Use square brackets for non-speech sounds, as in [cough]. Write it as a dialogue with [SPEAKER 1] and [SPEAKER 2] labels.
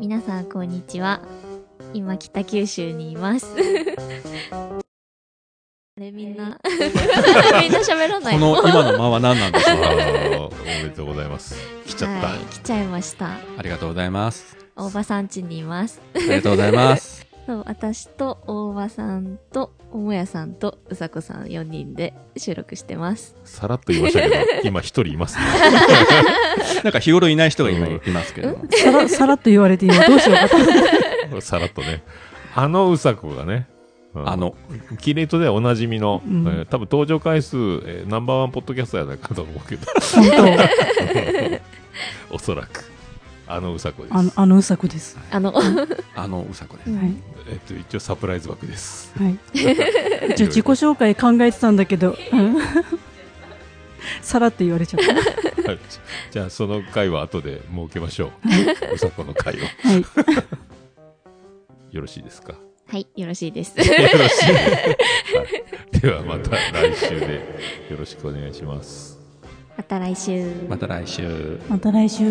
[SPEAKER 1] 皆さんこんにちは今北九州にいます [laughs] あれみんな [laughs] みんな喋らない
[SPEAKER 2] この今の間 [laughs] は何なんでしょうか
[SPEAKER 3] おめでとうございます。来ちゃった。
[SPEAKER 1] はい来ちゃいました
[SPEAKER 2] ありがとうございます。
[SPEAKER 1] 大場さん家にいます
[SPEAKER 2] ありがとうございます。
[SPEAKER 1] そう私と大場さんと桃屋さんとうさこさん4人で収録してます
[SPEAKER 3] さらっと言いましたけ
[SPEAKER 4] [laughs]
[SPEAKER 3] ど、今一人いますね。
[SPEAKER 2] [laughs] なんか日頃いない人が今
[SPEAKER 3] うん
[SPEAKER 2] いますけども。
[SPEAKER 4] さら、さらっと言われて今どうしようかと。
[SPEAKER 3] さらっとね。あのうさこがね。うん
[SPEAKER 2] あ。の、
[SPEAKER 3] キレイトではおなじみの、
[SPEAKER 4] うん
[SPEAKER 3] えー多分登場回数、えーナンバーワンポッドキャスターやないかと思うけど、
[SPEAKER 4] 本
[SPEAKER 3] [laughs] おそらく。あのうさこ
[SPEAKER 2] [laughs]
[SPEAKER 3] です。
[SPEAKER 4] 当、あの、あのうさこです。
[SPEAKER 1] あの
[SPEAKER 2] あのうさこで
[SPEAKER 1] う
[SPEAKER 2] す。
[SPEAKER 1] ん
[SPEAKER 4] はい。
[SPEAKER 3] えっと、一応サプライズ枠です。
[SPEAKER 4] はい。一応自己紹介考えてたんだけど、うん [laughs] さらっと言われちゃった。
[SPEAKER 3] はいじゃあ、その回は後で設けましょ
[SPEAKER 4] [laughs]
[SPEAKER 3] う。うさこの回を。
[SPEAKER 4] はい。
[SPEAKER 3] よろしいですかよ
[SPEAKER 1] [laughs] はいよろしいです
[SPEAKER 3] [laughs] ろしいです。はいでは、また来週でよろしくお願いします。
[SPEAKER 1] また来週
[SPEAKER 2] また来週。
[SPEAKER 4] また来週。